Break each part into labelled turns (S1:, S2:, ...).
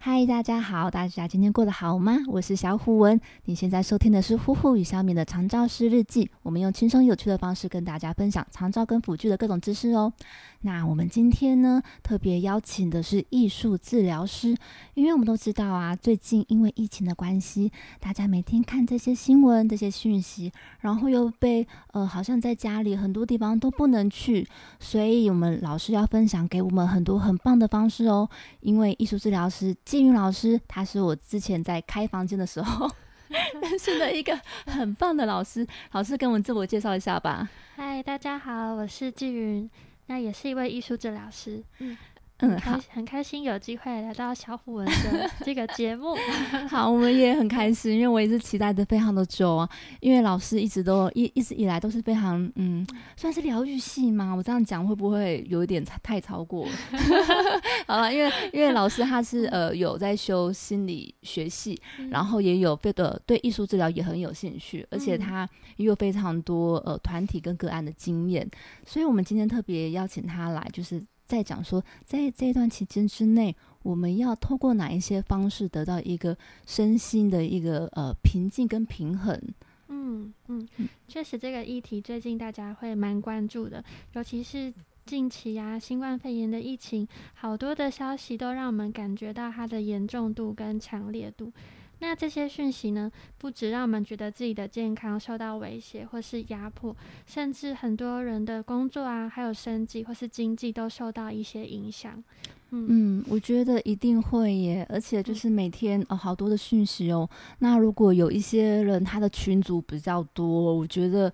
S1: 嗨，大家好，大家今天过得好吗？我是小虎文，你现在收听的是《呼呼与小米的长照师日记》，我们用轻松有趣的方式跟大家分享长照跟辅具的各种知识哦。那我们今天呢，特别邀请的是艺术治疗师，因为我们都知道啊，最近因为疫情的关系，大家每天看这些新闻、这些讯息，然后又被呃，好像在家里很多地方都不能去，所以我们老师要分享给我们很多很棒的方式哦。因为艺术治疗师季云老师，他是我之前在开房间的时 候认识的一个很棒的老师。老师跟我们自我介绍一下吧。
S2: 嗨，大家好，我是季云，那也是一位艺术治疗师。嗯，
S1: 嗯，
S2: 开
S1: 好，
S2: 很开心有机会来到小虎文的这个节目。
S1: 好，我们也很开心，因为我也是期待的非常的久啊。因为老师一直都一一直以来都是非常嗯，算是疗愈系嘛。我这样讲会不会有一点太太超过？ 好了，因为因为老师他是呃有在修心理学系，
S2: 嗯
S1: 然后也有对的对艺术治疗也很有兴趣，而且
S2: 嗯
S1: 他也有非常多呃团体跟个案的经验，所以我们今天特别邀请他来，就是在讲说，在这一段期间之内，我们要透过哪一些方式得到一个身心的一个呃平静跟平衡。
S2: 嗯嗯
S1: 嗯，
S2: 确实这个议题最近大家会蛮关注的，尤其是。近期啊，新冠肺炎的疫情，好多的消息都让我们感觉到它的严重度跟强烈度。那这些讯息呢，不止让我们觉得自己的健康受到威胁或是压迫，甚至很多人的工作啊，还有生计或是经济都受到一些影响。嗯
S1: 嗯，我觉得一定会耶，而且就是每天哦，好多的讯息哦。那如果有一些人他的群组比较多，我觉得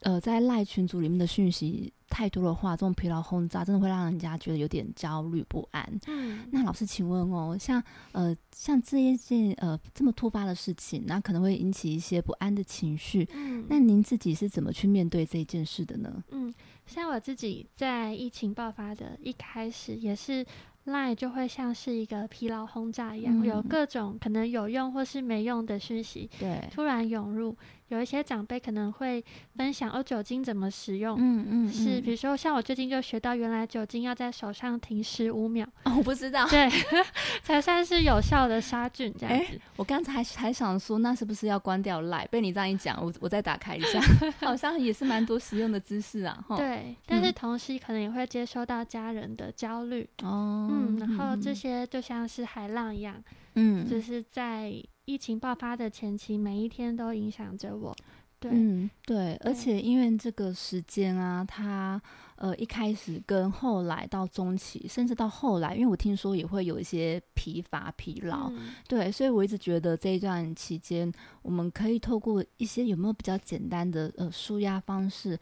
S1: 呃，在赖群组里面的讯息太多的话，这种疲劳轰炸真的会让人家觉得有点焦虑不安。
S2: 嗯
S1: 那老师，请问哦，像呃，像这一件呃这么突发的事情，那可能会引起一些不安的情绪。
S2: 嗯
S1: 那您自己是怎么去面对这一件事的呢？
S2: 嗯，像我自己在疫情爆发的一开始，也是 Line 就会像是一个疲劳轰炸一样，有
S1: 嗯
S2: 各种可能有用或是没用的讯息
S1: 对，
S2: 突然涌入。有一些长辈可能会分享哦，酒精怎么使用？
S1: 嗯嗯
S2: 是，比如说像我最近就学到，原来酒精要在手上停十五秒，
S1: 哦，我不知道，
S2: 对， 才算是有效的杀菌这样子。
S1: 我刚才还还想说，那是不是要关掉 Line？被你这样一讲，我我再打开一 下，好像也是蛮多实用的知识啊，哈。，
S2: 对，但是
S1: 嗯
S2: 同时可能也会接收到家人的焦虑，
S1: 哦，
S2: 嗯，然后这，些就像是海浪一样，
S1: 嗯，
S2: 就是在疫情爆发的前期，每一天都影响着我。对，
S1: 嗯，对，而
S2: 对
S1: 且因为这个时间啊，它呃一开始跟后来到中期，甚至到后来，因为我听说也会有一些疲乏、疲劳，
S2: 嗯
S1: 对，所以我一直觉得这一段期间，我们可以透过一些有没有比较简单的呃舒压方式，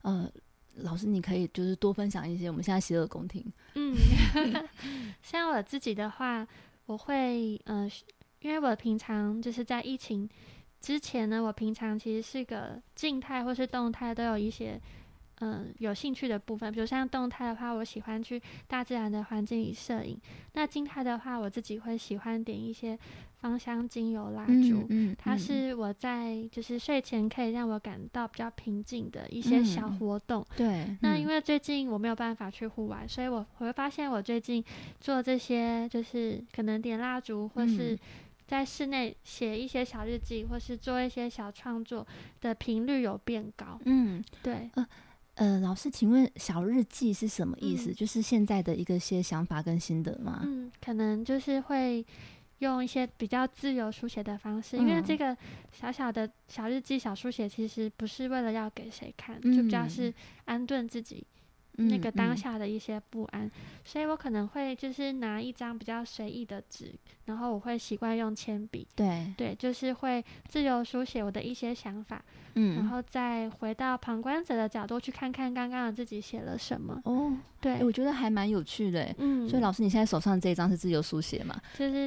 S1: 呃，老师你可以就是多分享一些，我们现在洗耳恭听。
S2: 嗯， 像我自己的话，我会呃，因为我平常就是在疫情之前呢，我平常其实是个静态或是动态都有一些。嗯，有兴趣的部分，比如像动态的话，我喜欢去大自然的环境里摄影；那静态的话，我自己会喜欢点一些芳香精油蜡烛，
S1: 嗯
S2: 它
S1: 嗯
S2: 是我在就是睡前可以让我感到比较平静的一些小
S1: 嗯
S2: 活动。
S1: 对，
S2: 那
S1: 嗯
S2: 因为最近我没有办法去户外，所以我我会发现我最近做这些就是可能点蜡烛或是
S1: 嗯
S2: 在室内写一些小日记，或是做一些小创作的频率有变高。
S1: 嗯
S2: 对，
S1: 呃，老师，请问小日记是什么意思？
S2: 嗯
S1: 就是现在的一个些想法跟心得吗？
S2: 嗯，可能就是会用一些比较自由书写的方式，因为
S1: 嗯
S2: 这个小小的小日记、小书写，其实不是为了要给谁看，就比较
S1: 嗯
S2: 是安顿自己
S1: 嗯
S2: 那个当
S1: 嗯
S2: 下的一些不安，所以我可能会就是拿一张比较随意的纸，然后我会习惯用铅笔，
S1: 对，
S2: 对，就是会自由书写我的一些想法，然
S1: 嗯，
S2: 后再回到旁观者的角度去看看刚刚的自己写了什么，
S1: 哦，
S2: 对
S1: 哎，，我觉得还蛮有趣的诶。
S2: 嗯，
S1: 所以老师，你现在手上这一张是自由书写嘛？
S2: 就是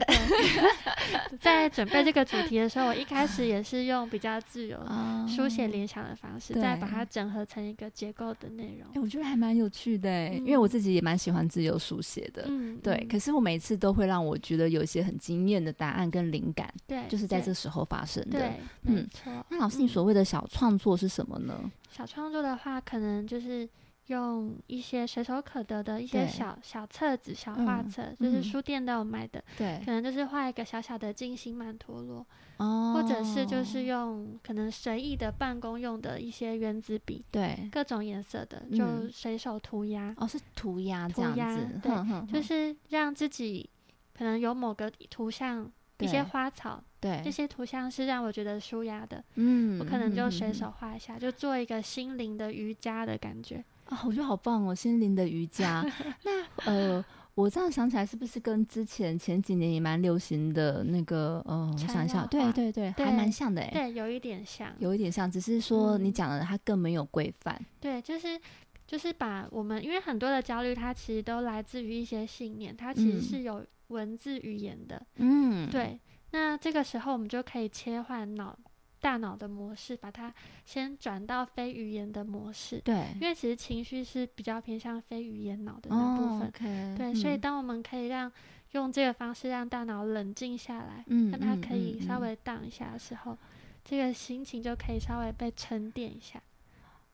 S2: 对在准备这个主题的时候，我一开始也是用比较自由
S1: 啊
S2: 书写联想的方式，
S1: 对
S2: 再把它整合成一个结构的内容
S1: 哎，。我觉得还蛮有趣的诶，因为我自己也蛮喜欢自由书写的。
S2: 嗯，
S1: 对，
S2: 嗯
S1: 可是我每次都会让我觉得有一些很惊艳的答案跟灵感，
S2: 对，
S1: 就是在
S2: 对
S1: 这时候发生的。
S2: 对，
S1: 嗯
S2: 没错。
S1: 那老师，你
S2: 嗯
S1: 所谓的小创作是什么呢？
S2: 小创作的话，可能就是用一些随手可得的一
S1: 对
S2: 些小小册子、小画
S1: 嗯
S2: 册，就是
S1: 嗯
S2: 书店都有卖的，
S1: 对
S2: 可能就是画一个小小的静心曼陀罗，
S1: 哦，
S2: 或者是就是用可能随意的办公用的一些原子笔，
S1: 对
S2: 各种颜色的
S1: 嗯
S2: 就随手涂鸦，
S1: 哦，是涂鸦这
S2: 涂
S1: 样
S2: 鸦
S1: 子，
S2: 对
S1: 哼哼
S2: 就
S1: 哼
S2: 是让自己可能有某个图像。一
S1: 对
S2: 些花草，这
S1: 对，
S2: 些图像是让我觉得舒压的，
S1: 嗯，
S2: 我可能就随
S1: 嗯
S2: 手画一下，就做一个心灵的瑜伽的感觉。
S1: 啊，我觉得好棒哦，心灵的瑜 伽。那呃，我这样想起来，是不是跟之前前几年也蛮流行的那个呃，我
S2: 缠
S1: 想一下，
S2: 绕
S1: 对
S2: 画
S1: 对对，还
S2: 对
S1: 蛮像的哎，
S2: 对，有一点像。
S1: 有一点像，只是说你
S2: 嗯
S1: 讲的它更没有规范，
S2: 对，就是就是把我们，因为很多的焦虑，它其实都来自于一些信念，它其
S1: 嗯
S2: 实是有文字语言的。
S1: 嗯，
S2: 对，那这个时候我们就可以切换脑大脑的模式，把它先转到非语言的模式，
S1: 对
S2: 因，为其实情绪是比较偏向非语言脑的那部
S1: 哦
S2: 分。
S1: ，OK，
S2: 对，所以
S1: 嗯
S2: 当我们可以让用这个方式让大脑冷静下来，
S1: 嗯
S2: 让它
S1: 嗯
S2: 可
S1: 嗯
S2: 以稍
S1: 嗯
S2: 微荡一下的时候，这个心情就可以稍微被沉淀一下。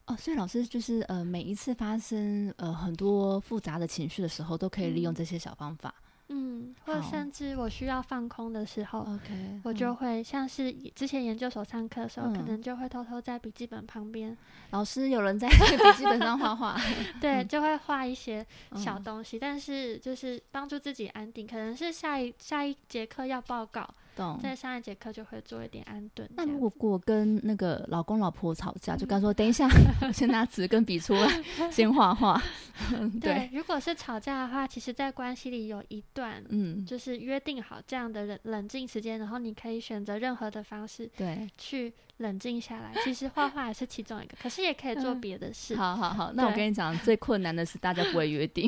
S1: 哦，所以老师就是呃，每一次发生呃很多复杂的情绪的时候，都可以利用
S2: 嗯
S1: 这些小方法。
S2: 嗯，或
S1: 好嗯
S2: 甚至我需要放空的时候，
S1: OK，
S2: 我就会像是之前研究所上课的时候，可
S1: 嗯
S2: 能就会偷偷在笔记本 旁边，
S1: 老师有人在 笔记本上画画，
S2: 对，就会画一些 小
S1: 嗯
S2: 东西，但是就是帮助自己安定。可能是下一下一节课要报告，
S1: 懂。
S2: 在上一节课就会做一点安顿这
S1: 哦那
S2: 样子。
S1: 如果跟那个老公老婆吵架，就跟他说：“等一下， 我先拿纸跟笔出来，先画画。”对，
S2: 对，如果是吵架的话，其实，在关系里有一段
S1: 嗯，
S2: 就是约定好这样的冷冷静时间，然后你可以选择任何的方式
S1: 对，
S2: 去冷静下来。其实画画也是其中一个，可是也可以做
S1: 嗯
S2: 别的事。
S1: 好好好。那我
S2: 对
S1: 跟你讲，最困难的是大家不会约 定，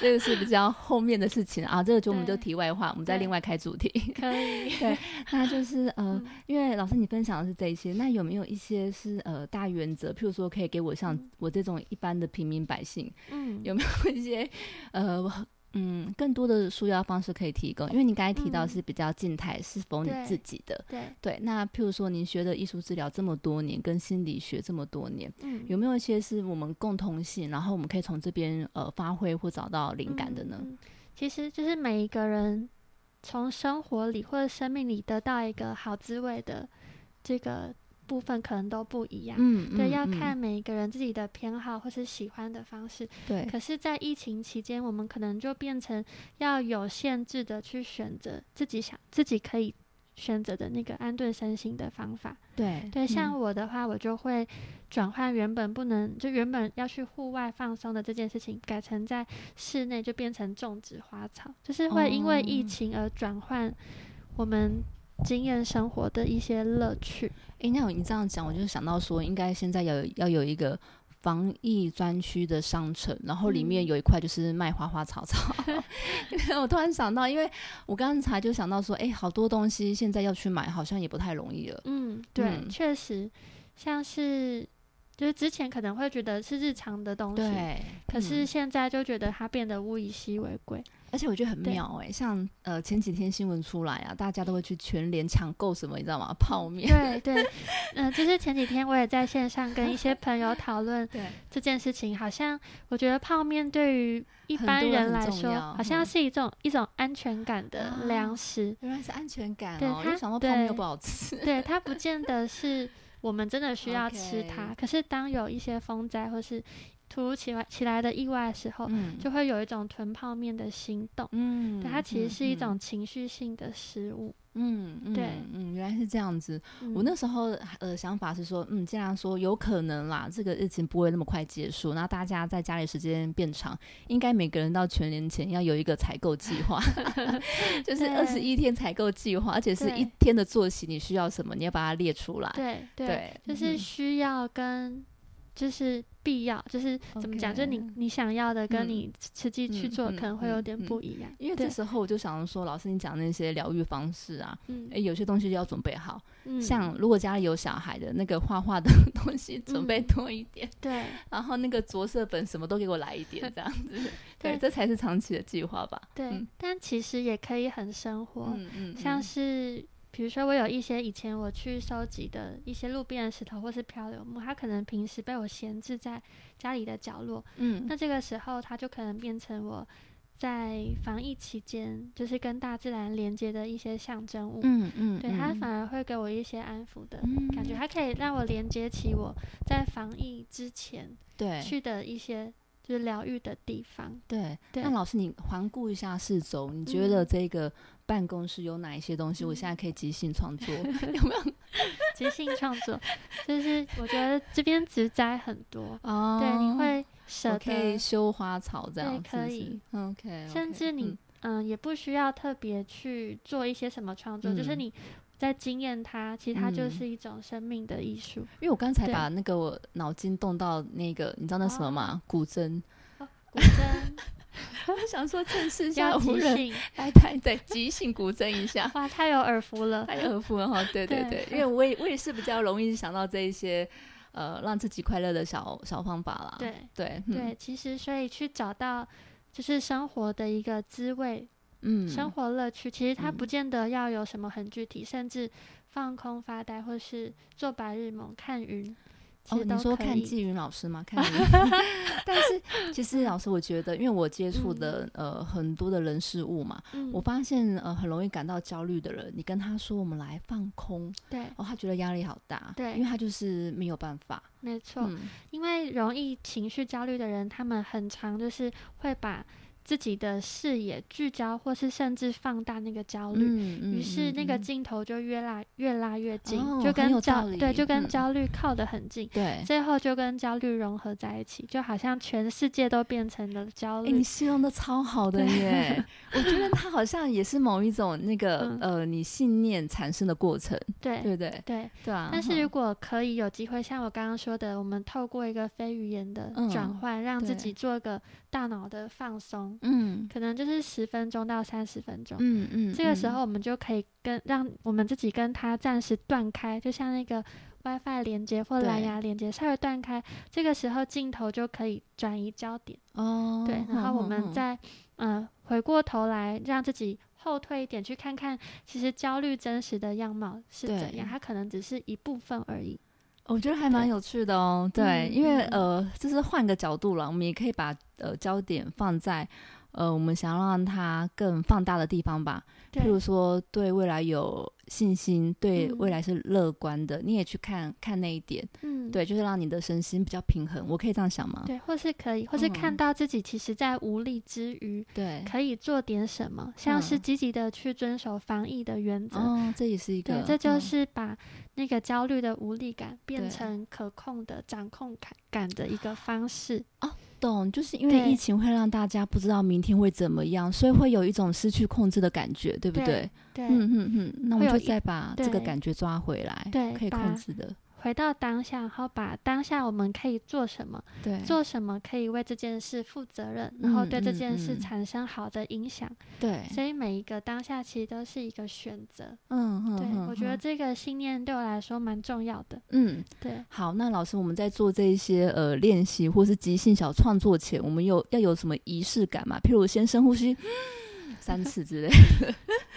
S1: 这个是比较后面的事情啊。这个就我们就
S2: 对
S1: 题外话，我们再
S2: 对
S1: 另外开主题。
S2: 可以。
S1: 那就是呃
S2: 嗯，
S1: 因为老师你分享的是这一些，那有没有一些是呃大原则？譬如说，可以给我像
S2: 嗯
S1: 我这种一般的平民百姓，
S2: 嗯，
S1: 有没有一些呃嗯更多的舒压方式可以提供？因为你刚才提到
S2: 嗯
S1: 是比较静态，是否你
S2: 对
S1: 自己的？
S2: 对，
S1: 对，那譬如说，您学的艺术治疗这么多年，跟心理学这么多年，
S2: 嗯，
S1: 有没有一些是我们共同性，然后我们可以从这边呃发挥或找到灵感的呢
S2: 嗯？嗯其实就是每一个人从生活里或者生命里得到一个好滋味的这个部分，可能都不一样。
S1: 嗯，
S2: 对，
S1: 嗯
S2: 要
S1: 嗯
S2: 看每一个人自己的偏好或是喜欢的方式。
S1: 对
S2: 可是，在疫情期间，我们可能就变成要有限制的去选择自己想、自己可以选择的那个安顿身心的方法。
S1: 对
S2: 对，像
S1: 嗯
S2: 我的话，我就会转换原本不能，就原本要去户外放松的这件事情，改成在室内，就变成种植花草，就是会因为疫
S1: 哦
S2: 情而转换我们经验生活的一些乐趣。
S1: 诶，那你这样讲，我就想到说，应该现在要有要有一个防疫专区的商城，然后里面
S2: 嗯
S1: 有一块就是卖花花草草。 我突然想到，因为我刚才就想到说，诶，好多东西现在要去买，好像也不太容易了。
S2: 嗯，对，
S1: 嗯
S2: 确实，像是就是之前可能会觉得是日常的东西，
S1: 对，
S2: 可是
S1: 嗯
S2: 现在就觉得它变得物以稀为 贵。
S1: 而且我觉得很
S2: 对
S1: 妙诶，像呃前几天新闻出来啊，大家都会去全联抢购什么，你知道吗？
S2: 嗯
S1: 泡面。
S2: 对对，嗯、就是前几天我也在线上跟一些朋友讨论
S1: 对
S2: 这件事情，好像我觉得泡面对于一
S1: 很
S2: 般
S1: 多人
S2: 人
S1: 很
S2: 来
S1: 重
S2: 说，
S1: 要
S2: 好像
S1: 嗯
S2: 是一种一种安全感
S1: 啊
S2: 的粮食。
S1: 原来是安全感
S2: 对
S1: 哦，因为
S2: 它
S1: 想到泡面又
S2: 对
S1: 不好 吃。
S2: 对，它不见 得是我们真的需要吃它
S1: OK
S2: 可是当有一些风灾或是突如其来其来的意外的时候，
S1: 嗯
S2: 就会有一种囤泡面的心动。
S1: 嗯
S2: 对，它其实
S1: 嗯
S2: 是一
S1: 嗯
S2: 种情绪性的食物。
S1: 嗯，嗯
S2: 对
S1: 嗯，原来是这样子。我那
S2: 嗯
S1: 时候呃想法是说，嗯，既然说有可能啦，这个疫情不会那么快结束，那大家在家里时间变长，应该每个人到全年前要有一个采购计 划，就是
S2: 对
S1: 二十一天采购计划，而且是
S2: 对
S1: 一天的作息，你需要什么，你要把它列出来。
S2: 对对
S1: 对，嗯
S2: 就是需要跟就是必要，就是怎么讲就是你
S1: OK
S2: 你想要的跟
S1: 嗯
S2: 你实际去
S1: 嗯
S2: 做
S1: 嗯
S2: 可能会有
S1: 嗯
S2: 点
S1: 嗯
S2: 不一样。
S1: 因为这
S2: 对
S1: 时候我就想说，老师你讲那些疗愈方式啊，
S2: 嗯
S1: 诶，有些东西就要准备好，
S2: 嗯，
S1: 像如果家里有小孩的那个画画的 东西，准备
S2: 嗯
S1: 多一点。
S2: 对
S1: 然后那个着色本什么都给我来一点，这样 子，对，
S2: 对
S1: 这才是长期的计划吧。
S2: 对
S1: 嗯，
S2: 但其实也可以很生活，
S1: 嗯嗯，
S2: 像
S1: 嗯
S2: 是。比如说我有一些以前我去收集的一些路边的石头或是漂流木，它可能平时被我闲置在家里的角落，
S1: 嗯，
S2: 那这个时候它就可能变成我在防疫期间就是跟大自然连接的一些象征物。
S1: 嗯嗯，
S2: 对，它
S1: 嗯
S2: 反而会给我一些安抚的
S1: 嗯
S2: 感觉，它可以让我连接起我在防疫之前
S1: 对
S2: 去的一些就是疗愈的地方。
S1: 对，
S2: 对
S1: 那老师，你环顾一下四周，你觉得
S2: 嗯
S1: 这个办公室有哪一些东西？我现在可以即兴创 作，有没有？
S2: 即兴创作，就是我觉得这边植栽很多，
S1: 哦
S2: 对，你会
S1: 我
S2: 舍
S1: 可以
S2: 得，
S1: 修花草这
S2: 对
S1: 样，是
S2: 可
S1: 不是
S2: 以
S1: OK，
S2: 甚至你嗯、也不需要特别去做一些什么创作，就是
S1: 嗯
S2: 你在经验它，其实它就
S1: 嗯
S2: 是一种生命的艺术。
S1: 因为我刚才
S2: 对哦
S1: 把那个我脑筋动到那个，你知道那什么吗？古筝。
S2: 古筝
S1: 我想说正视一下
S2: 要
S1: 无
S2: 即
S1: 人，
S2: 兴，。
S1: 来来对，即兴古筝一下
S2: 哇，太有耳福了。
S1: 太有福了 哈，对对对
S2: 对，
S1: 因为我也我也是比较容易想到这一些，呃，让自己快乐的小小方法啦。
S2: 对
S1: 对嗯
S2: 对，，其实所以去找到就是生活的一个滋味，
S1: 嗯，
S2: 生活乐趣，其实它
S1: 嗯
S2: 不见得要有什么很具体，甚至放空发呆，或是做白日梦、看云，其
S1: 哦，
S2: 实
S1: 你
S2: 都
S1: 说
S2: 可
S1: 看
S2: 以。
S1: 纪云老师吗？看 你，但是其实老师，我觉得，因为我接触的、呃很多的人事物嘛，
S2: 嗯
S1: 我发现呃很容易感到焦虑的人，你跟他说我们来放空，
S2: 对，
S1: 哦，他觉得压力好大，
S2: 对哦
S1: 因为他就是没有办法，
S2: 没错，
S1: 嗯，
S2: 因为容易情绪焦虑的人，他们很常就是会把自己的视野聚焦，或是甚至放大那个焦虑。
S1: 嗯嗯
S2: 于是那个
S1: 嗯嗯
S2: 镜头就越拉越拉越近，
S1: 哦很
S2: 就
S1: 有
S2: 跟
S1: 道
S2: 焦
S1: 理
S2: 对，就跟
S1: 嗯
S2: 焦虑靠得很近，
S1: 对，
S2: 最后就跟焦虑融合在一起，就好像全世界都变成了焦
S1: 哎、
S2: 虑。
S1: 你形容的超好的耶！我觉得他好像也是某一种那个、
S2: 嗯
S1: 呃，你信念产生的过程，
S2: 对
S1: 对不对？
S2: 对，
S1: 对啊。
S2: 但是
S1: 哈
S2: 如果可以有机会，像我刚刚说的，我们透过一个非语言的
S1: 嗯
S2: 转换，让
S1: 对
S2: 自己做个大脑的放松，
S1: 嗯
S2: 可能就是十分钟到三十分钟。
S1: 嗯嗯，
S2: 这个
S1: 嗯
S2: 时候，我们就可以跟让我们自己跟它暂时断开，就像那个 WiFi 连接或
S1: 对
S2: 蓝牙连接稍微断开。这个时候，镜头就可以转移焦点，
S1: 哦，
S2: 对，然后我
S1: 哼
S2: 们再嗯、呃回过头来，让自己后退一点，去看看其实焦虑真实的样貌是
S1: 对
S2: 怎样，它可能只是一部分而已。
S1: 我觉得还蛮有趣的哦，对，
S2: 嗯
S1: 因为
S2: 嗯
S1: 呃，就是换个角度了，我们也可以把呃焦点放在呃我们想要让它更放大的地方吧，
S2: 对
S1: 譬如说对未来有信心，对
S2: 嗯
S1: 未来是乐观的，你也去看看那一点，
S2: 嗯，
S1: 对，就是让你的身心比较平衡，我可以这样想吗？
S2: 对，或是可以，或是看
S1: 嗯
S2: 到自己其实在无力之余，
S1: 对，
S2: 可以做点什么，像是
S1: 嗯
S2: 积极的去遵守防疫的原则。
S1: 哦，这也是一
S2: 对
S1: 个，，
S2: 这就
S1: 嗯
S2: 是把那个焦虑的无力感
S1: 对
S2: 变成可控的掌控感感的一个方式。
S1: 懂，就是因为疫
S2: 对
S1: 情会让大家不知道明天会怎么样，所以会有一种失去控制的感觉，对不
S2: 对
S1: 对？
S2: 对，
S1: 嗯嗯嗯，那我们
S2: 会有
S1: 就
S2: 一
S1: 再把这个
S2: 对
S1: 感觉抓回来，
S2: 对
S1: 可以
S2: 把
S1: 控制的，
S2: 回到当下，然后把当下我们可以做什么，
S1: 对，
S2: 做什么可以为这件事负责任，然后
S1: 嗯
S2: 对这
S1: 嗯
S2: 件事
S1: 嗯
S2: 产生好的影响。
S1: 对，
S2: 所以每一个当下其实都是一个选择。
S1: 嗯嗯，
S2: 对，
S1: 嗯
S2: 我觉得
S1: 嗯
S2: 这个信念对我来说蛮重要的。
S1: 嗯。
S2: 对，
S1: 好，那老师，我们在做这一些呃练习或是即兴小创作前，我们有要有什么仪式感嘛？譬如先深呼吸 三次之类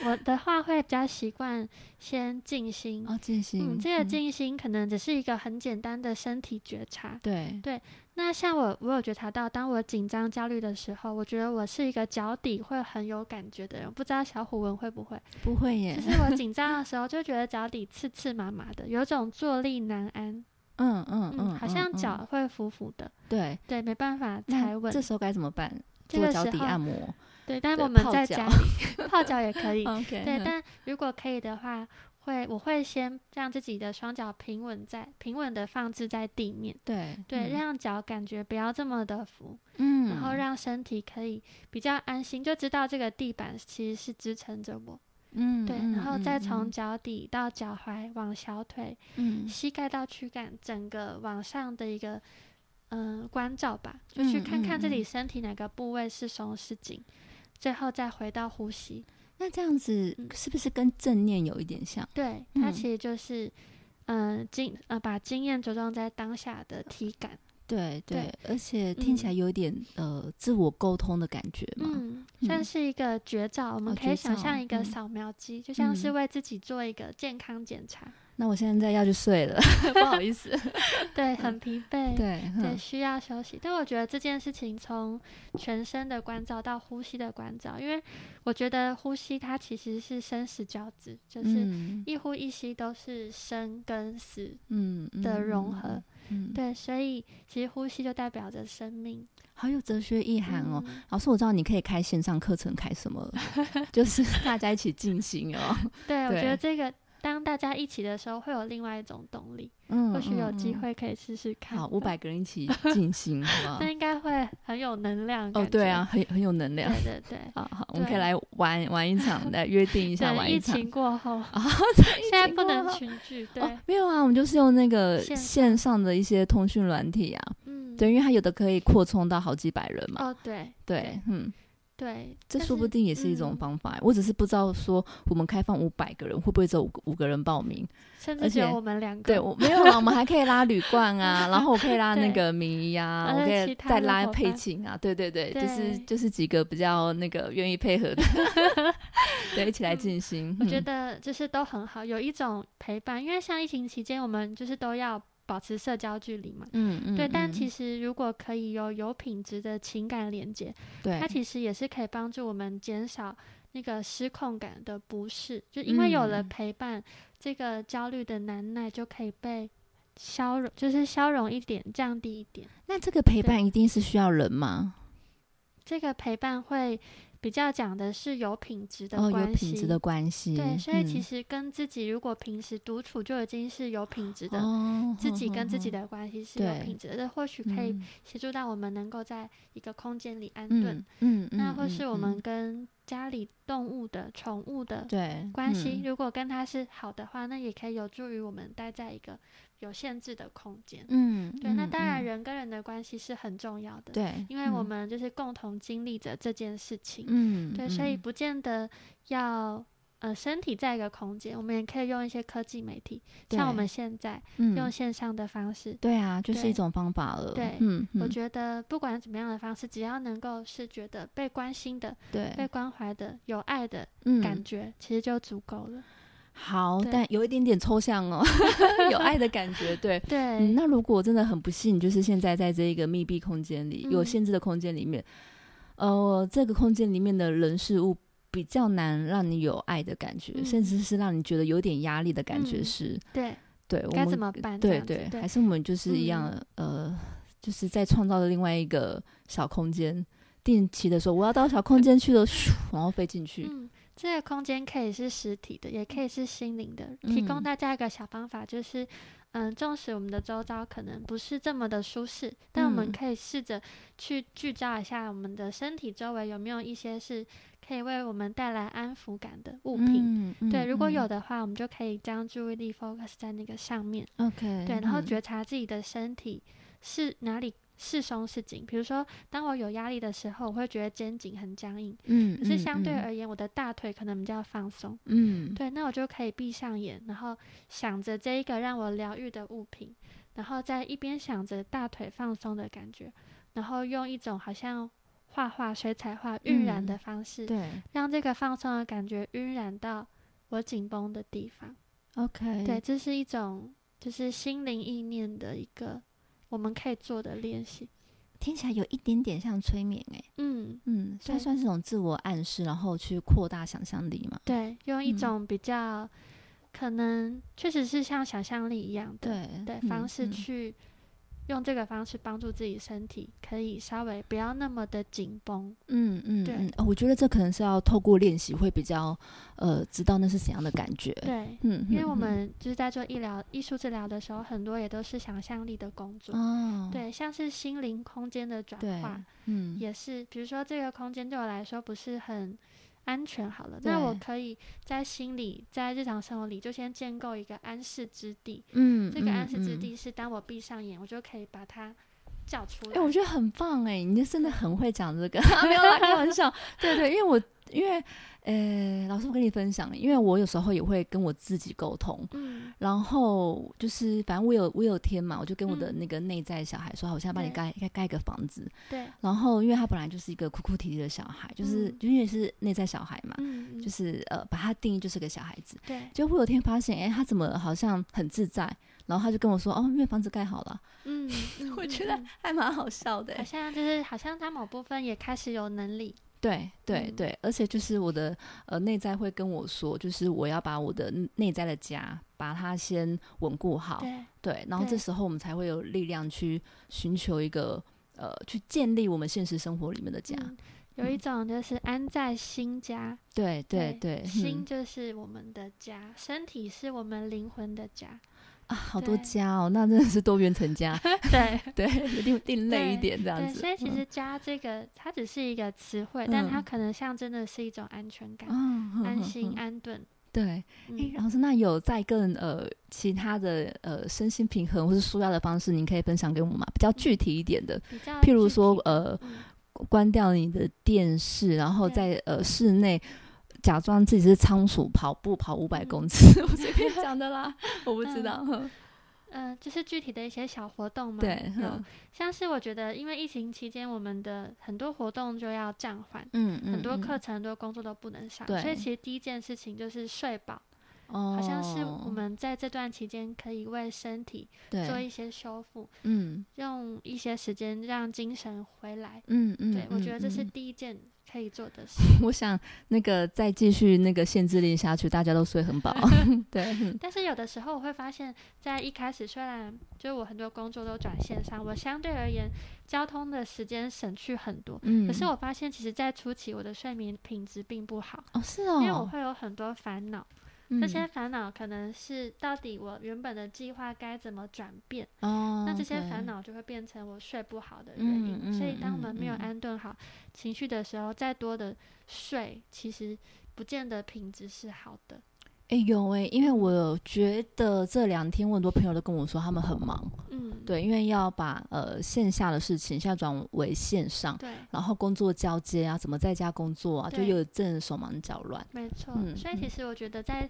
S2: 我的话会比较习惯先静心。
S1: 啊，静心。
S2: 嗯，这个
S1: 嗯嗯
S2: 静心可能只是一个很简单的身体觉察。
S1: 对
S2: 那像我，我有觉察到，当我紧张、焦虑的时候，我觉得我是一个脚底会很有感觉的人。不知道小虎文会不会？
S1: 不会
S2: 就
S1: 耶，
S2: 是我紧张的时候，就觉得脚底刺刺麻麻的，有种坐立难安。
S1: 嗯嗯
S2: 嗯，
S1: 嗯，
S2: 好像
S1: 嗯
S2: 脚会浮浮的，
S1: 对，
S2: 对，没办法
S1: 那
S2: 踩稳
S1: 这。时候该怎么办？
S2: 这
S1: 做
S2: 个
S1: 脚
S2: 时
S1: 底
S2: 候
S1: 按摩。哦
S2: 对，但
S1: 对
S2: 我们
S1: 泡
S2: 在
S1: 脚
S2: 家里 泡脚也可以。
S1: OK，
S2: 对，但如果可以的话，会我会先让自己的双脚平稳在平稳的放置在地面，
S1: 对嗯
S2: 对，让脚感觉不要这么的浮，
S1: 嗯，
S2: 然后让身体可以比较安心，就知道这个地板其实是支撑着我，
S1: 嗯
S2: 对，
S1: 嗯
S2: 然后再从
S1: 嗯
S2: 脚底到脚踝，往小腿、
S1: 嗯
S2: 膝盖到躯干，整个往上的一个。嗯，关照吧，就去
S1: 嗯
S2: 看看
S1: 嗯嗯
S2: 自己身体哪个部位是松是紧，最后再回到呼吸。
S1: 那这样子
S2: 嗯
S1: 是不是跟正念有一点像？
S2: 对，它
S1: 嗯
S2: 呃其实就是，嗯、经呃把经验着重在当下的体感，
S1: 对对，
S2: 对
S1: 而且听起来有点、呃自我沟通的感觉嘛。
S2: 嗯，算
S1: 嗯
S2: 是一个绝招。我们
S1: 哦
S2: 可
S1: 绝
S2: 以想
S1: 招
S2: 象一个
S1: 嗯
S2: 扫描机，就像是
S1: 嗯
S2: 为自己做一个健康检查。
S1: 那我现在要去睡 了， 不好意思。
S2: 对，很疲
S1: 对，
S2: 惫。对，
S1: 嗯
S2: 需要休息。但我觉得这件事情从全身的关照到呼吸的关照，因为我觉得呼吸它其实是生死交织，就是
S1: 嗯
S2: 一呼一吸都是生跟死
S1: 嗯嗯
S2: 的融合。，
S1: 嗯，嗯，
S2: 对，所以其实呼吸就代表着生命。
S1: 好有哲学意涵哦。
S2: 嗯
S1: 老师，我知道你可以开线上课程，开什么了就是大家一起进行哦。
S2: 对，我觉得
S1: 对
S2: 这个当大家一起的时候，会有另外一种动力。
S1: 嗯，
S2: 或许有
S1: 嗯
S2: 机
S1: 嗯
S2: 会可以试试看。
S1: 好，五，百个人一 起进行，好不
S2: 那
S1: 好？
S2: 应该会很有能量。
S1: 哦，对啊，，很很有能 量。
S2: 对对对。
S1: 好好，我们可以
S2: 对
S1: 来玩玩一场，来约 定一下啊
S2: 对，
S1: 玩
S2: 疫
S1: 一场。
S2: 情过 后，现
S1: 现
S2: 在不能群聚，对，
S1: 哦，没有啊，我们就是用那个
S2: 线上
S1: 线上的一些通讯软体啊，
S2: 嗯，
S1: 对，因为它有的可以扩充到好几百人嘛。
S2: 哦，对
S1: 对，嗯，
S2: 对，
S1: 这
S2: 但
S1: 说不
S2: 是嗯
S1: 定也是一种方法。我只是不知道说我们开放五百个人，会不会只有五个五个人报名？
S2: 甚
S1: 而
S2: 至只有
S1: 且
S2: 我们两个，
S1: 对我没有啊，我们还可以拉吕冠啊，然后我可以拉那
S2: 对
S1: 个明仪啊，
S2: 而
S1: 我可
S2: 且
S1: 以
S2: 其他
S1: 再
S2: 的
S1: 拉
S2: 伙
S1: 佩
S2: 伴
S1: 琴啊，对对对，就是
S2: 对
S1: 就是几个比较那个愿意配合 的，对，一起来进行。
S2: 我觉
S1: 嗯
S2: 得就是都很好，有一种陪伴，因为像疫情期间，我们就是都要保持社交距离嘛。
S1: 嗯嗯，
S2: 对，但其
S1: 实
S2: 实如果可以有有品质的情感连接，
S1: 对
S2: 它其实也是可以帮助我们减少那个失控感的不适，就因为有了
S1: 嗯
S2: 陪伴，这个焦虑的难耐就可以被消融，就是消融一点，降低一点。
S1: 那这个陪
S2: 对
S1: 伴一定是需要人吗？
S2: 这个陪伴会比较讲的是有品质的
S1: 哦，有
S2: 关系，
S1: 品质的关系。
S2: 对，所以
S1: 嗯
S2: 其实跟自己如果平时独处就已经是有品质的，
S1: 哦，
S2: 自己跟自己
S1: 的
S2: 的关系是有
S1: 对
S2: 品质的，这或许可以协助到我们能够在一个空间里安顿。
S1: 嗯嗯，嗯
S2: 那或是我们
S1: 嗯
S2: 跟家里动物的宠物的
S1: 对
S2: 关
S1: 嗯
S2: 系，如果跟它是好的话，那也可以有助于我们待在一个有限制的空间。
S1: 嗯，
S2: 对，那
S1: 嗯
S2: 当然
S1: 嗯
S2: 人跟人的关系是很重要的。
S1: 对，
S2: 因为我
S1: 嗯
S2: 们就是共同经历着这件事情，
S1: 嗯，
S2: 对，所以
S1: 嗯
S2: 不见得要呃身体在一个空间，我们也可以用一些科技媒体，像我
S1: 对
S2: 们现在
S1: 嗯
S2: 用线上的方式，
S1: 对啊，就是
S2: 对
S1: 一种方法了。
S2: 对
S1: 嗯，
S2: 我
S1: 嗯
S2: 觉得不管怎么样的方式，只要能够是觉得被关心的、被
S1: 对，
S2: 关怀的、有爱的
S1: 嗯
S2: 感觉，其实就足够了。
S1: 好，
S2: 对
S1: 但有一点点抽象哦， 有爱的感觉。对，
S2: 对，
S1: 嗯，那如果真的很不幸，就是现在在这一个密闭空间里，有
S2: 嗯
S1: 限制的空间里面，呃，这个空间里面的人事物。比较难让你有爱的感觉，甚
S2: 嗯
S1: 至是让你觉得有点压力的感觉
S2: 嗯
S1: 是，
S2: 对，
S1: 对，我
S2: 该
S1: 们
S2: 怎么办？这
S1: 对
S2: 样子
S1: 对，
S2: 对嗯
S1: 还是我们就是一样，呃，就是在创造另外一个小空间。定期的说，我要到小空间去了，咻，然后飞进去。
S2: 呃嗯，这个空间可以是实体的，也可以是心灵的。提供
S1: 嗯
S2: 大家一个小方法，就是，嗯，纵使我们的周遭可能不是这么的舒适，但我们
S1: 嗯
S2: 可以试着去聚焦一下我们的身体周围有没有一些是可以为我们带来安抚感的物品。
S1: 嗯，
S2: 对，如果有
S1: 的
S2: 的话，我们就可以将注意力 focus 在那个上面。
S1: ，OK，
S2: 对，然后
S1: 嗯
S2: 觉察自己的身体是哪里是松是紧。比如说，当我有压力的时候，我会觉得肩颈很僵硬。
S1: 嗯，
S2: 可是相对
S1: 嗯，
S2: 而言，我的大腿可能比较放松。
S1: 嗯，
S2: 对，那我就可以闭上眼，然后想着这一个让我疗愈的物品，然后再一边想着大腿放松的感觉，然后用一种好像画画、水彩画晕染的
S1: 嗯
S2: 方式，
S1: 对
S2: 让这个放松的感觉晕染到我紧绷的地方。
S1: ，OK，
S2: 对，，这是一种就是心灵意念的一个我们可以做的练习。
S1: 听起来有一点点像催眠哎，
S2: 嗯，
S1: 嗯，它
S2: 对
S1: 算是一种自我暗示，然后去扩大想象力嘛。
S2: 对，用一
S1: 嗯
S2: 种比较、可能确实是像想象力一样的。
S1: 对
S2: 对
S1: 嗯
S2: 方式
S1: 嗯
S2: 去用这个方式帮助自己身体，可以稍微不要那么的紧绷。
S1: 嗯嗯，
S2: 对
S1: 嗯，哦我觉得这可能是要透过练习会比较，呃，知道那是怎样的感觉。
S2: 对，
S1: 嗯，
S2: 因为我
S1: 嗯嗯
S2: 们就是在做医疗、艺术治疗的时候，很多也都是想象力的工作。
S1: 哦，
S2: 对，像是心灵空间的转
S1: 对
S2: 化，，
S1: 嗯，
S2: 也是，比如说这个空间对我来说不是很安全，好了，那我
S1: 对
S2: 可以在心里，在日常生活里就先建构一个安适之地。
S1: 嗯，
S2: 这个安
S1: 嗯
S2: 适之。
S1: 嗯
S2: 地是当我闭上眼，我就可以把它叫出来。
S1: 哎
S2: 嗯
S1: 哎、我觉得很棒哎、你真的很会讲这个，没有啦，开玩笑。对对，因为我因为呃，老师我跟你分享，因为我有时候也会跟我自己沟通，
S2: 嗯，
S1: 然后就是反正我有我有天嘛，我就跟我的
S2: 嗯
S1: 那个内在小孩说，好，我现在帮你
S2: 对
S1: 盖盖盖一个房子。
S2: 对，
S1: 然后因为他本来就是一个哭哭啼啼的小孩，就是、
S2: 嗯
S1: 就因为是内在小孩嘛，
S2: 嗯，
S1: 就是是呃把他定义就是个小孩子。
S2: 对，
S1: 结果我有天发现，哎，他怎么好像很自在？然后他就跟我说，哦，因为房子盖好了，
S2: 嗯，嗯
S1: 我
S2: 嗯
S1: 觉得
S2: 嗯
S1: 还蛮好笑的
S2: 好。像就是好像他某部分也开始有能力，
S1: 对对
S2: 嗯
S1: 对，而且就是我的呃内在会跟我说，就是我要把我的内在的家把它先稳固好，
S2: 对，
S1: 对，然后
S2: 对
S1: 这时候我们才会有力量去寻求一个呃，去建立我们现实生活里面的家。
S2: 嗯有一种就是安在心家，
S1: 对对对，
S2: 心
S1: 嗯、
S2: 就是我们的家，身体是我们灵魂的 家，
S1: 啊，好多
S2: 对
S1: 家哦，那真的是多元成 家，
S2: 对
S1: 对，有另另类一
S2: 对
S1: 点这样
S2: 对，
S1: 子。
S2: 所以其
S1: 嗯
S2: 实家这个它只是一个词汇，但它
S1: 嗯
S2: 可能象征的是一种安全感、
S1: 嗯哼
S2: 安
S1: 哼
S2: 心、啊
S1: 哼
S2: 安顿。
S1: 对，诶，
S2: 嗯，
S1: 老师，那有在更呃其他的呃身心平衡或是舒压的方式，您可以分享给我们吗？比较具体一点的，
S2: 比较
S1: 譬如
S2: 嗯啊具
S1: 说
S2: 体的
S1: 呃
S2: 嗯
S1: 关掉你的电视，然后
S2: 对
S1: 在呃室内假装自己是仓鼠跑步跑五百
S2: 嗯
S1: 公尺， 我随便讲的 啦，我不知
S2: 嗯
S1: 道。哼
S2: 呃，就是具体的一些小活动嘛，
S1: 对，嗯
S2: 有
S1: 哼
S2: 像是我觉得，因为疫情期间，我们的很多活动就要暂缓，
S1: 嗯嗯，
S2: 很多
S1: 嗯
S2: 课程、很多工作都不能上，
S1: 对
S2: 所以其实第一件事情就是睡饱，
S1: 哦，
S2: 好像是我们在这段期间可以为身体做
S1: 对，
S2: 一些修复，
S1: 嗯
S2: 用一些时间让精神回来。
S1: 嗯嗯，
S2: 对，我觉得这是
S1: 嗯嗯
S2: 第一件可以做的事。
S1: 我想那个再继续那个限制令下去，大家都睡 很饱。对，嗯
S2: 但是有的时候我会发现，在一开始虽然就是我很多工作都转线上，我相对而言交通的时间省去很多，
S1: 嗯，
S2: 可是我发现其实在初期我的睡眠品质并不好，
S1: 哦是
S2: 因为我
S1: 哦，
S2: 会有很多烦恼，
S1: 嗯
S2: 这些烦恼可能是到底我原本的计划该怎么转变，
S1: 哦，
S2: 那这些
S1: 对
S2: 烦恼就会变成我睡不好的原因。
S1: 嗯
S2: 所以
S1: 嗯
S2: 当我
S1: 嗯
S2: 们没有
S1: 嗯
S2: 安顿好情绪的时候，再多的睡，其实不见得品质是好的。
S1: 哎、有哎、因为我觉得这两天我很多朋友都跟我说他们很忙，
S2: 嗯，
S1: 对，因为要把呃线下的事情现在转为线上，
S2: 对
S1: 然后工作交接啊，怎么在家工作啊，就
S2: 对
S1: 有一阵手忙脚乱。
S2: 没错，
S1: 嗯
S2: 所以其
S1: 嗯
S2: 实我觉得在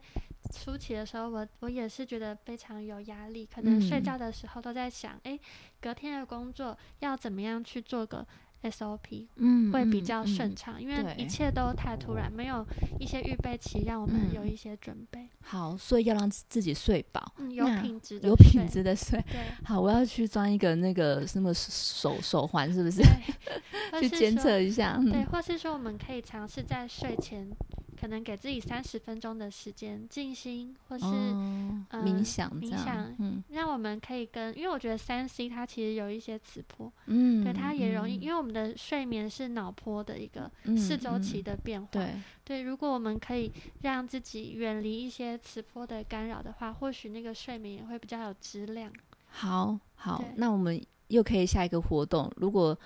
S2: 初期的时候，我我也是觉得非常有压力，可能睡
S1: 嗯
S2: 觉的时候都在想，哎、隔天的工作要怎么样去做个 SOP
S1: 嗯
S2: 会比较顺
S1: 嗯
S2: 畅，因为
S1: 对
S2: 一切都太突然，没有一些预备期，让我们有
S1: 嗯
S2: 一些准备，
S1: 好，所以要让自己睡饱，
S2: 嗯，有
S1: 那
S2: 品质的，
S1: 有品，质的睡。
S2: 对
S1: 好，我要去装一个那个什么手手环，是不是？
S2: 对，或
S1: 去
S2: 是
S1: 监
S2: 说
S1: 测一下。
S2: 对，
S1: 嗯
S2: 或是说我们可以尝试在睡前，可能给自己三十分钟的时间静心，或是、
S1: 哦
S2: 呃
S1: 冥想这
S2: 冥
S1: 样
S2: 想，
S1: 嗯
S2: 让我们可以跟，因为我觉得三 C 它其实有一些磁波，
S1: 嗯，
S2: 对它也容易，因
S1: 为
S2: 为我们的睡眠是脑波的一个四周期的变化，
S1: 对，
S2: 对如果我们可以让自己远离一些磁波的干扰的话，或许那个睡眠也会比较有质量。
S1: 好好
S2: 对，
S1: 那我们又可以下一个活动，如果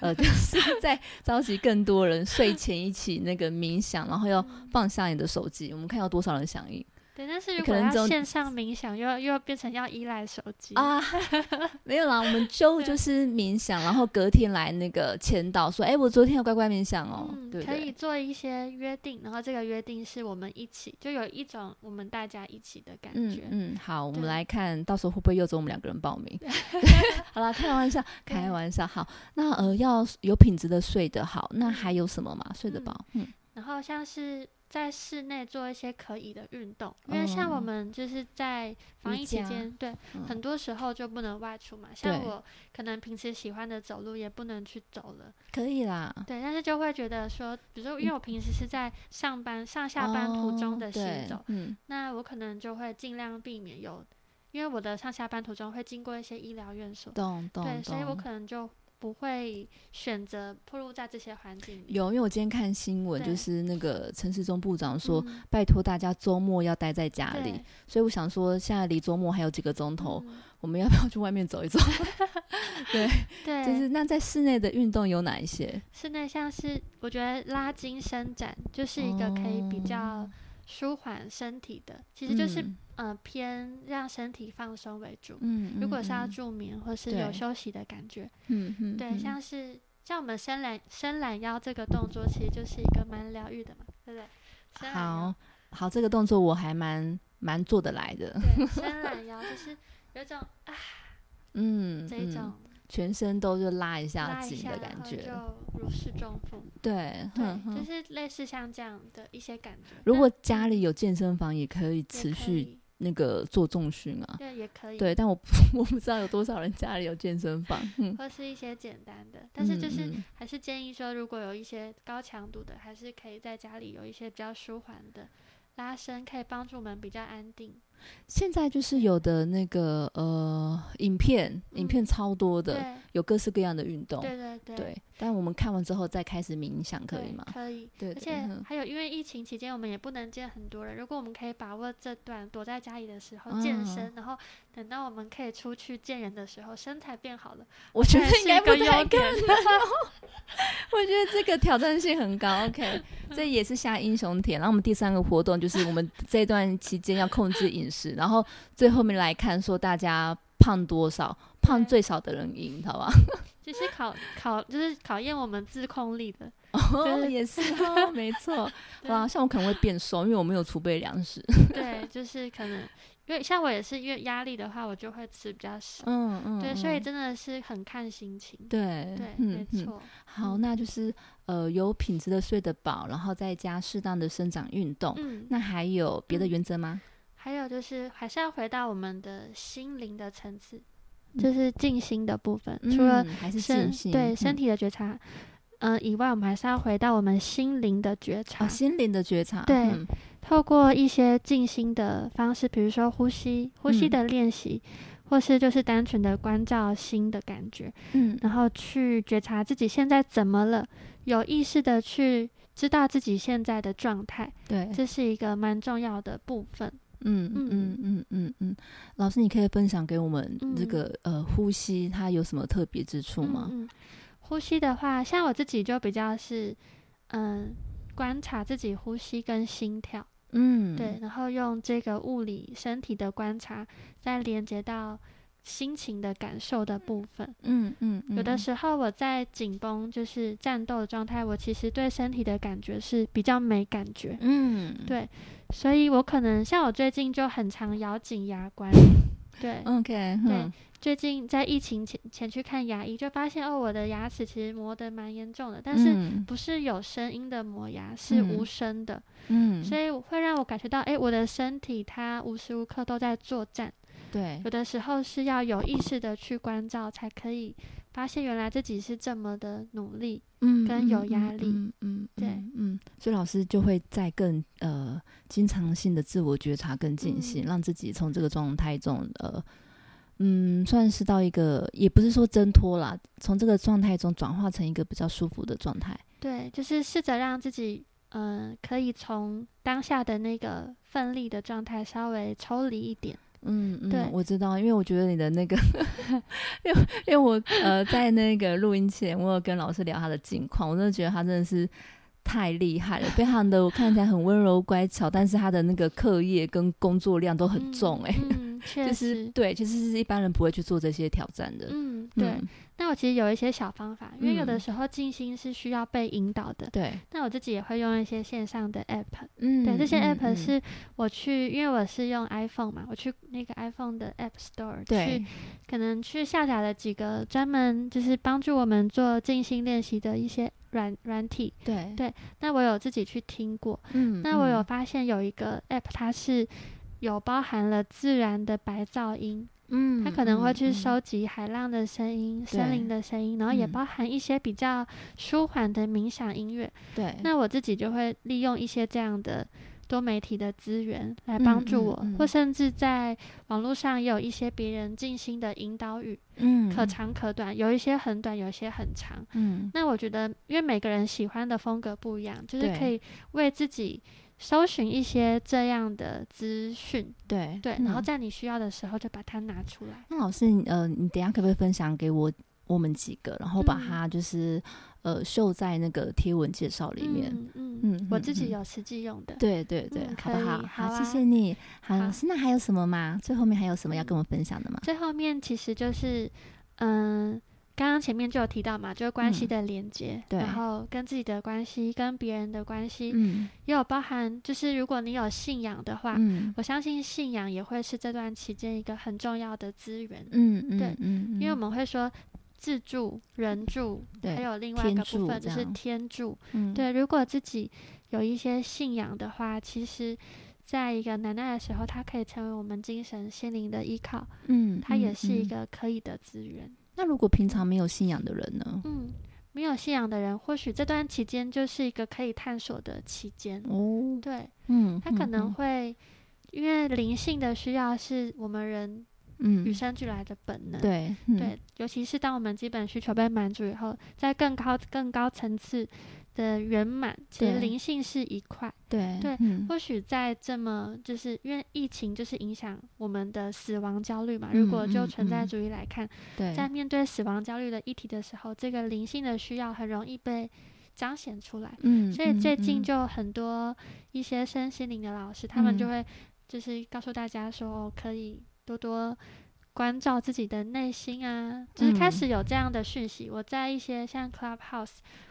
S1: 呃，就是 在召集更多人睡前一起那个冥想，然后要
S2: 嗯
S1: 放下你的手机，我们看有多少人响应
S2: 对，但是如
S1: 可
S2: 果
S1: 能只
S2: 要
S1: 有
S2: 线上冥想，又又变成要依赖手机，
S1: 啊？ 没有啦，我们周
S2: 对
S1: 就是冥想，然后隔天来那个签到说，哎，我昨天有乖乖冥想哦，
S2: 嗯，
S1: 对不
S2: 可以
S1: 对？
S2: 做一些约定，然后这个约定是我们一起，就有一种我们大家一起的感
S1: 嗯
S2: 觉。
S1: 嗯，好，我们
S2: 对
S1: 来看到时候会不会又只有我们两个人报名？ 好啦，开玩笑，
S2: 对
S1: 开玩笑。好，那呃，要有品质的睡得好，那还有什么吗？睡得
S2: 嗯
S1: 饱，嗯，
S2: 然后像是在室内做一些可以的运动，因为像我
S1: 嗯
S2: 们就是在防
S1: 瑜
S2: 疫期
S1: 伽
S2: 间，对，
S1: 嗯
S2: 很多时候就不能外出嘛。像
S1: 对
S2: 我可能平时喜欢的走路也不能去走了，
S1: 可以啦。
S2: 对，但是就会觉得说，比如说因为我平时是在上班上下班途中的行走，
S1: 哦对嗯，
S2: 那我可能就会尽量避免有，因为我的上下班途中会经过一些医疗院所，
S1: 懂懂
S2: 对，所以我
S1: 懂
S2: 可能就不会选择暴露在这些环境里。
S1: 有，因为我今天看新闻，
S2: 对
S1: 就是那个陈时中部长说，
S2: 嗯
S1: 拜托大家周末要待在家里
S2: 对，，
S1: 所以我想说，现在离周末还有几个钟头，
S2: 嗯
S1: 我们要不要去外面走一 走？
S2: 对，
S1: 就是那在室内的运动有哪一些？
S2: 室内像是我觉得拉筋伸展就是一个可以比较舒缓身体的，其实就是、
S1: 哦嗯
S2: 呃偏让身体放松为主。
S1: 嗯，
S2: 如果是要
S1: 嗯
S2: 助眠或是有
S1: 对
S2: 休息的感觉，
S1: 嗯嗯，
S2: 对，
S1: 嗯
S2: 像是像我们伸懒伸懒腰这个动作，其实就是一个蛮疗愈的嘛，对不对？伸懒腰
S1: 好好，这个动作我还蛮蛮做得来的，
S2: 对，伸懒腰就是有种
S1: 嗯，
S2: 这一种
S1: 嗯、全身都就拉一
S2: 拉
S1: 下
S2: 一
S1: 紧
S2: 下，
S1: 的
S2: 然
S1: 感
S2: 后
S1: 觉，
S2: 就如释重负，
S1: 对，哼
S2: 对，就
S1: 哼。
S2: 是类似像这样的一些感觉。
S1: 如
S2: 那
S1: 果
S2: 也
S1: 家里有健身房，也可以持
S2: 可
S1: 续
S2: 以，
S1: 那个做重训啊。
S2: 对，也可以，
S1: 对，但我不我不知道有多少人家里有健身房，嗯，
S2: 或是一些简单的， 但是就是
S1: 嗯嗯
S2: 还是建议说，如果有一些高强度的，还是可以在家里有一些比较舒缓的拉伸，可以帮助我们比较安定。
S1: 现在就是有的那个呃影片，影片
S2: 嗯
S1: 超多的，
S2: 对
S1: 有各式各样的运动，
S2: 对对对，
S1: 哦对但我们看完之后再开始冥想，可
S2: 对
S1: 以吗？
S2: 可以。
S1: 对，
S2: 而
S1: 对
S2: 且
S1: 嗯
S2: 还有，因为疫情期间我们也不能见很多人。如果我们可以把握这段躲在家里的时候健
S1: 嗯
S2: 身，然后等到我们可以出去见人的时候，身材变好了，
S1: 我觉得
S2: 当然
S1: 应该
S2: 是一
S1: 不
S2: 个
S1: 太可
S2: 优
S1: 能
S2: 点。
S1: 我觉得这个挑战性很高。OK，这也是下英雄帖。然后我们第三个活动就是我们这段期间要控制饮食，然后最后面来看说大家胖多少，胖
S2: 对
S1: 最少的人赢，好 吧？
S2: 就是考考，就是考验我们自控力的。
S1: 哦，
S2: 对
S1: 也是哦，没错。
S2: 对
S1: 哇，像我可能会变瘦，因为我没有储备粮食。
S2: 对，就是可能，因为像我也是，因为压力的话，我就会吃比较少。
S1: 嗯嗯，
S2: 对，所以
S1: 嗯
S2: 真的是很看心情。
S1: 对
S2: 对，没
S1: 嗯嗯。
S2: 错。
S1: 好，那就是呃有品质的睡得饱，然后再加适当的生长运动。
S2: 嗯，
S1: 那还有别的
S2: 嗯
S1: 原则吗？
S2: 还有就是还是要回到我们的心灵的层次，
S1: 嗯
S2: 就是静心的部分。除了
S1: 嗯还是
S2: 身
S1: 信心，
S2: 对
S1: 嗯
S2: 身体的觉察，嗯、以外，我们还是要回到我们心灵的觉察，
S1: 哦，心灵的觉察，
S2: 对
S1: 嗯
S2: 透过一些静心的方式，比如说呼吸、呼吸
S1: 嗯
S2: 的练习，或是就是单纯的关照心的感觉，
S1: 嗯
S2: 然后去觉察自己现在怎么了，有意识的去知道自己现在的状态，
S1: 对，
S2: 这是一个蛮重要的部分。
S1: 嗯
S2: 嗯
S1: 嗯嗯嗯嗯，老师，你可以分享给我们这
S2: 嗯
S1: 个、呃呼吸它有什么特别之处吗？
S2: 嗯嗯，呼吸的话，像我自己就比较是，嗯，观察自己呼吸跟心跳，
S1: 嗯，
S2: 对，，然后用这个物理身体的观察，再连接到心情的感受的部分。
S1: 嗯嗯，
S2: 有的
S1: 嗯
S2: 时候我在紧绷，就是战斗的状态，我其实对身体的感觉是比较没感觉，
S1: 嗯，
S2: 对，所以我可能像我最近就很常咬紧牙 关，对，
S1: ，OK，嗯
S2: 最近在疫情前前去看牙医，就发现哦，我的牙齿其实磨得蛮严重的，但是
S1: 嗯
S2: 不是有声音的磨牙，是
S1: 嗯
S2: 无声的，
S1: 嗯，
S2: 所以会让我感觉到，哎，我的身体它无时无刻都在作战，
S1: 对
S2: 有的时候是要有意识的去关照，才可以发现原来自己是这么的努力。
S1: 嗯
S2: 跟有压力
S1: 嗯嗯嗯
S2: 对
S1: 嗯嗯，所以老师就会在更呃经常性的自我觉察跟进行，
S2: 嗯
S1: 让自己从这个状态中呃。嗯，算是到一个，也不是说挣脱啦，从这个状态中转化成一个比较舒服的状态。
S2: 对，就是试着让自己，嗯、可以从当下的那个奋力的状态稍微抽离一点。
S1: 嗯嗯，
S2: 对
S1: 我知道，因为我觉得你的那个， 因为因为我呃在那个录音前，我有跟老师聊他的近况，我真的觉得他真的是太厉害了，非常的我看起来很温柔乖巧，但是他的那个课业跟工作量都很重哎、
S2: 嗯，嗯确
S1: 就是
S2: 实。
S1: 对，其实是一般人不会去做这些挑战的。
S2: 嗯，对。
S1: 嗯
S2: 那我其实有一些小方法，因为有
S1: 嗯
S2: 的时候静心是需要被引导的。
S1: 对，
S2: 那我自己也会用一些线上的 app，、
S1: 嗯
S2: 对，这些
S1: 嗯
S2: app
S1: 嗯
S2: 是我去，因为我是用 iPhone 嘛，我去那个 iPhone 的 App Store
S1: 对
S2: 去，，可能去下载了几个专门就是帮助我们做静心练习的一些软软体。
S1: 对
S2: 对那我有自己去听过，
S1: 嗯，
S2: 那我有
S1: 嗯
S2: 发现有一个 app，它是有包含了自然的白噪音，
S1: 嗯，
S2: 它可能会
S1: 嗯
S2: 去
S1: 嗯
S2: 收集海浪的声音、森林的声音，然后也
S1: 嗯
S2: 包含一些比较舒缓的冥想音乐。
S1: 对，
S2: 那我自己就会利用一些这样的多媒体的资源来帮助
S1: 嗯
S2: 我，
S1: 嗯
S2: 或
S1: 嗯
S2: 甚至在网络上也有一些别人静心的引导语，
S1: 嗯
S2: 可长可短，有一些很短，有一些很长。
S1: 嗯
S2: 那我觉得，因为每个人喜欢的风格不一样，就是
S1: 对
S2: 可以为自己搜寻一些这样的资讯，
S1: 对
S2: 对，然后
S1: 嗯
S2: 在你需要的时候就把它拿出来。
S1: 那老师，你呃，你等一下可不可以分享给我我们几个，然后把
S2: 嗯
S1: 它就是、呃秀在那个贴文介绍里面？
S2: 嗯嗯
S1: 嗯
S2: 我自己
S1: 嗯
S2: 有实际用的。
S1: 对对对，
S2: 嗯
S1: 好不好？
S2: 可以
S1: 好，
S2: 好
S1: 谢
S2: 啊
S1: 谢你。好，
S2: 好
S1: 老师，那还有什么吗？最后面还有什么要
S2: 嗯
S1: 跟我分享的吗？
S2: 最后面其实就是，嗯、刚刚前面就有提到嘛，就是关系的连接，
S1: 嗯对
S2: 然后跟自己的关系、跟别人的关系，
S1: 嗯
S2: 也有包含，就是如果你有信仰的话，
S1: 嗯
S2: 我相信信仰也会是这段期间一个很重要的资源，
S1: 嗯嗯，
S2: 对
S1: 嗯，
S2: 因为我
S1: 嗯
S2: 们会说自助、人助，
S1: 对
S2: 还有另外一个
S1: 天助
S2: 部分就
S1: 这
S2: 是
S1: 样
S2: 天助。
S1: 嗯
S2: 对，如果自己有一些信仰的话，其实。在一个难耐的时候，它可以成为我们精神心灵的依靠，
S1: 嗯，
S2: 它也
S1: 嗯
S2: 是一。
S1: 嗯
S2: 个可以的资源。
S1: 那如果平常没有信仰的人呢？
S2: 嗯，没有信仰的人，或许这段期间就是一个可以探索的期间。
S1: 哦，
S2: 对
S1: 嗯，
S2: 他可
S1: 嗯
S2: 能会，因为灵性的需要是我们人
S1: 嗯，
S2: 与
S1: 嗯
S2: 生俱来的本能。
S1: 对嗯
S2: 对尤其是当我们基本需求被满足以后，在更高更高层次的圆满，其实
S1: 对
S2: 灵性是一块。
S1: 对
S2: 对
S1: 嗯
S2: 或许在这么就是因为疫情就是影响我们的死亡焦虑嘛。如果
S1: 嗯
S2: 就
S1: 嗯
S2: 存在
S1: 嗯
S2: 主义来看，
S1: 对
S2: 在面对死亡焦虑的议题的时候，这个灵性的需要很容易被彰显出来。
S1: 嗯，
S2: 所以最近
S1: 嗯嗯
S2: 就有很多一些身心灵的老师，他
S1: 嗯
S2: 们就会就是告诉大家说，哦可以多多关照自己的内心啊，就是开
S1: 嗯
S2: 始有这样的讯息。我在一些像 Clubhouse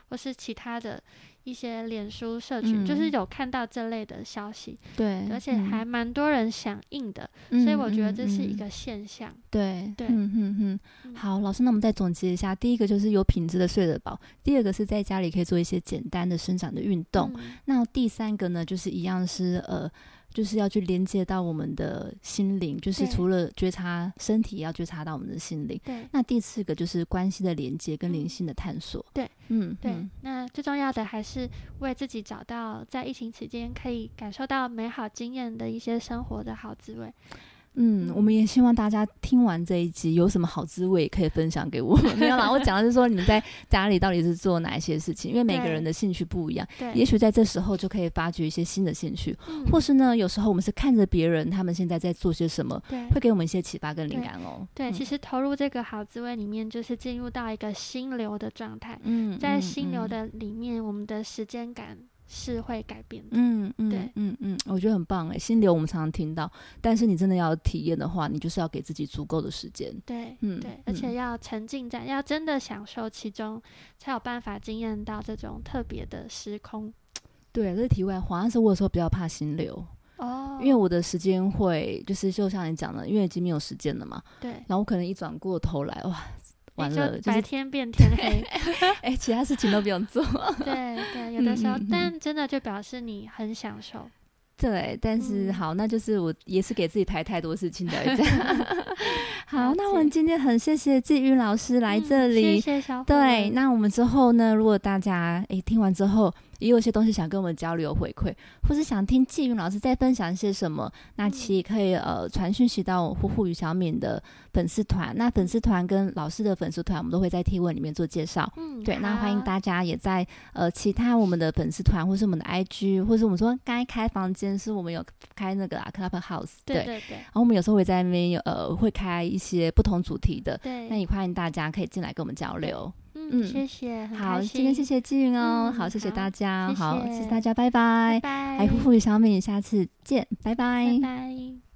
S2: 或是其他的一些脸书社群，就是
S1: 嗯
S2: 有看到这类的消息，
S1: 对，
S2: 而且
S1: 嗯
S2: 还蛮多人响应的，所以我觉得这是一个现象。
S1: 对
S2: 对
S1: 嗯嗯嗯。
S2: 嗯
S1: 好，老师，那我们再总结一下：第一个就是有品质的睡得饱；第二个是在家里可以做一些简单的生长的运动；
S2: 嗯
S1: 那第三个呢，就是一样是呃，就是要去连接到我们的心灵，就是
S2: 对
S1: 除了觉察身体，也要觉察到我们的心灵。
S2: 对。
S1: 那第四个就是关系的连接跟
S2: 嗯
S1: 灵性的探索。
S2: 对，
S1: 嗯，
S2: 对，
S1: 嗯
S2: 那最重要的还是为自己找到在疫情期间可以感受到美好经验的一些生活的好滋味。
S1: 嗯，我们也希望大家听完这一集有什么好滋味，可以分享给我们。 没有啦，我讲的是说你们在家里到底是做哪一些事情，因为每个
S2: 对
S1: 人的兴趣不一样，
S2: 对，
S1: 也许在这时候就可以发掘一些新的兴趣，
S2: 哎嗯
S1: 或是呢，有时候我们是看着别人他们现在在做些什么，
S2: 对
S1: 会给我们一些启发跟灵
S2: 对
S1: 感哦。
S2: 对，
S1: 嗯
S2: 其实投入这个好滋味里面，就是进入到一个心流的状态。
S1: 嗯，
S2: 在
S1: 嗯
S2: 心流
S1: 嗯
S2: 的里面，我们的时间感是会改变的。
S1: 嗯嗯
S2: 对
S1: 嗯嗯，我觉得很棒哎，心流我们常常听到，但是你真的要体验的话，你就是要给自己足够的时间。
S2: 对，
S1: 嗯
S2: 对，而且要沉浸在，要真的享受其中，才有办法惊艳到这种特别的时空。
S1: 对，这是题外话，但是我有时候比较怕心流，
S2: 哦，
S1: 因为我的时间会就是就像你讲的，因为已经没有时间了嘛，
S2: 对，
S1: 然后我可能一转过头来， 哇，完
S2: 你
S1: 了，
S2: 就
S1: 就
S2: 白
S1: 是
S2: 天变天黑。
S1: 哎、其他事情都不用做。
S2: 对对，有的时候
S1: 嗯嗯嗯，
S2: 但真的就表示你很享受。
S1: 对，但是
S2: 嗯
S1: 好，那就是我也是给自己排太多事情才会 这样。 好，
S2: 了
S1: 那我们
S2: 解
S1: 今天很谢谢季云老师来
S2: 嗯
S1: 这里。
S2: 谢谢小虎
S1: 对，
S2: 们
S1: 那我们之后呢？如果大家诶听完之后，也有一些东西想跟我们交流回馈，或是想听季云老师再分享一些什么，那
S2: 嗯
S1: 其实可以呃传讯息到我呼呼与小敏的粉丝团。那粉丝团跟老师的粉丝团，我们都会在贴文里面做介绍。
S2: 嗯，
S1: 对，那欢迎
S2: 好
S1: 大家也在呃其他我们的粉丝团，或是我们的 IG，或是我们说该开房间是我们有开那个啊 Clubhouse，
S2: 对
S1: 然
S2: 对对
S1: 后我们有时候会在那边有呃会开一些不同主题的，
S2: 对，
S1: 那也欢迎大家可以进来跟我们交流。嗯
S2: 嗯，谢谢，很
S1: 好，
S2: 开
S1: 今天谢
S2: 心，
S1: 谢季云哦，
S2: 嗯
S1: 好，谢谢
S2: 好
S1: 大家，
S2: 谢
S1: 好，谢
S2: 谢
S1: 大家，拜拜，
S2: 拜
S1: 还有
S2: 拜，
S1: 夫妇与小美，下次见，拜
S2: 拜拜。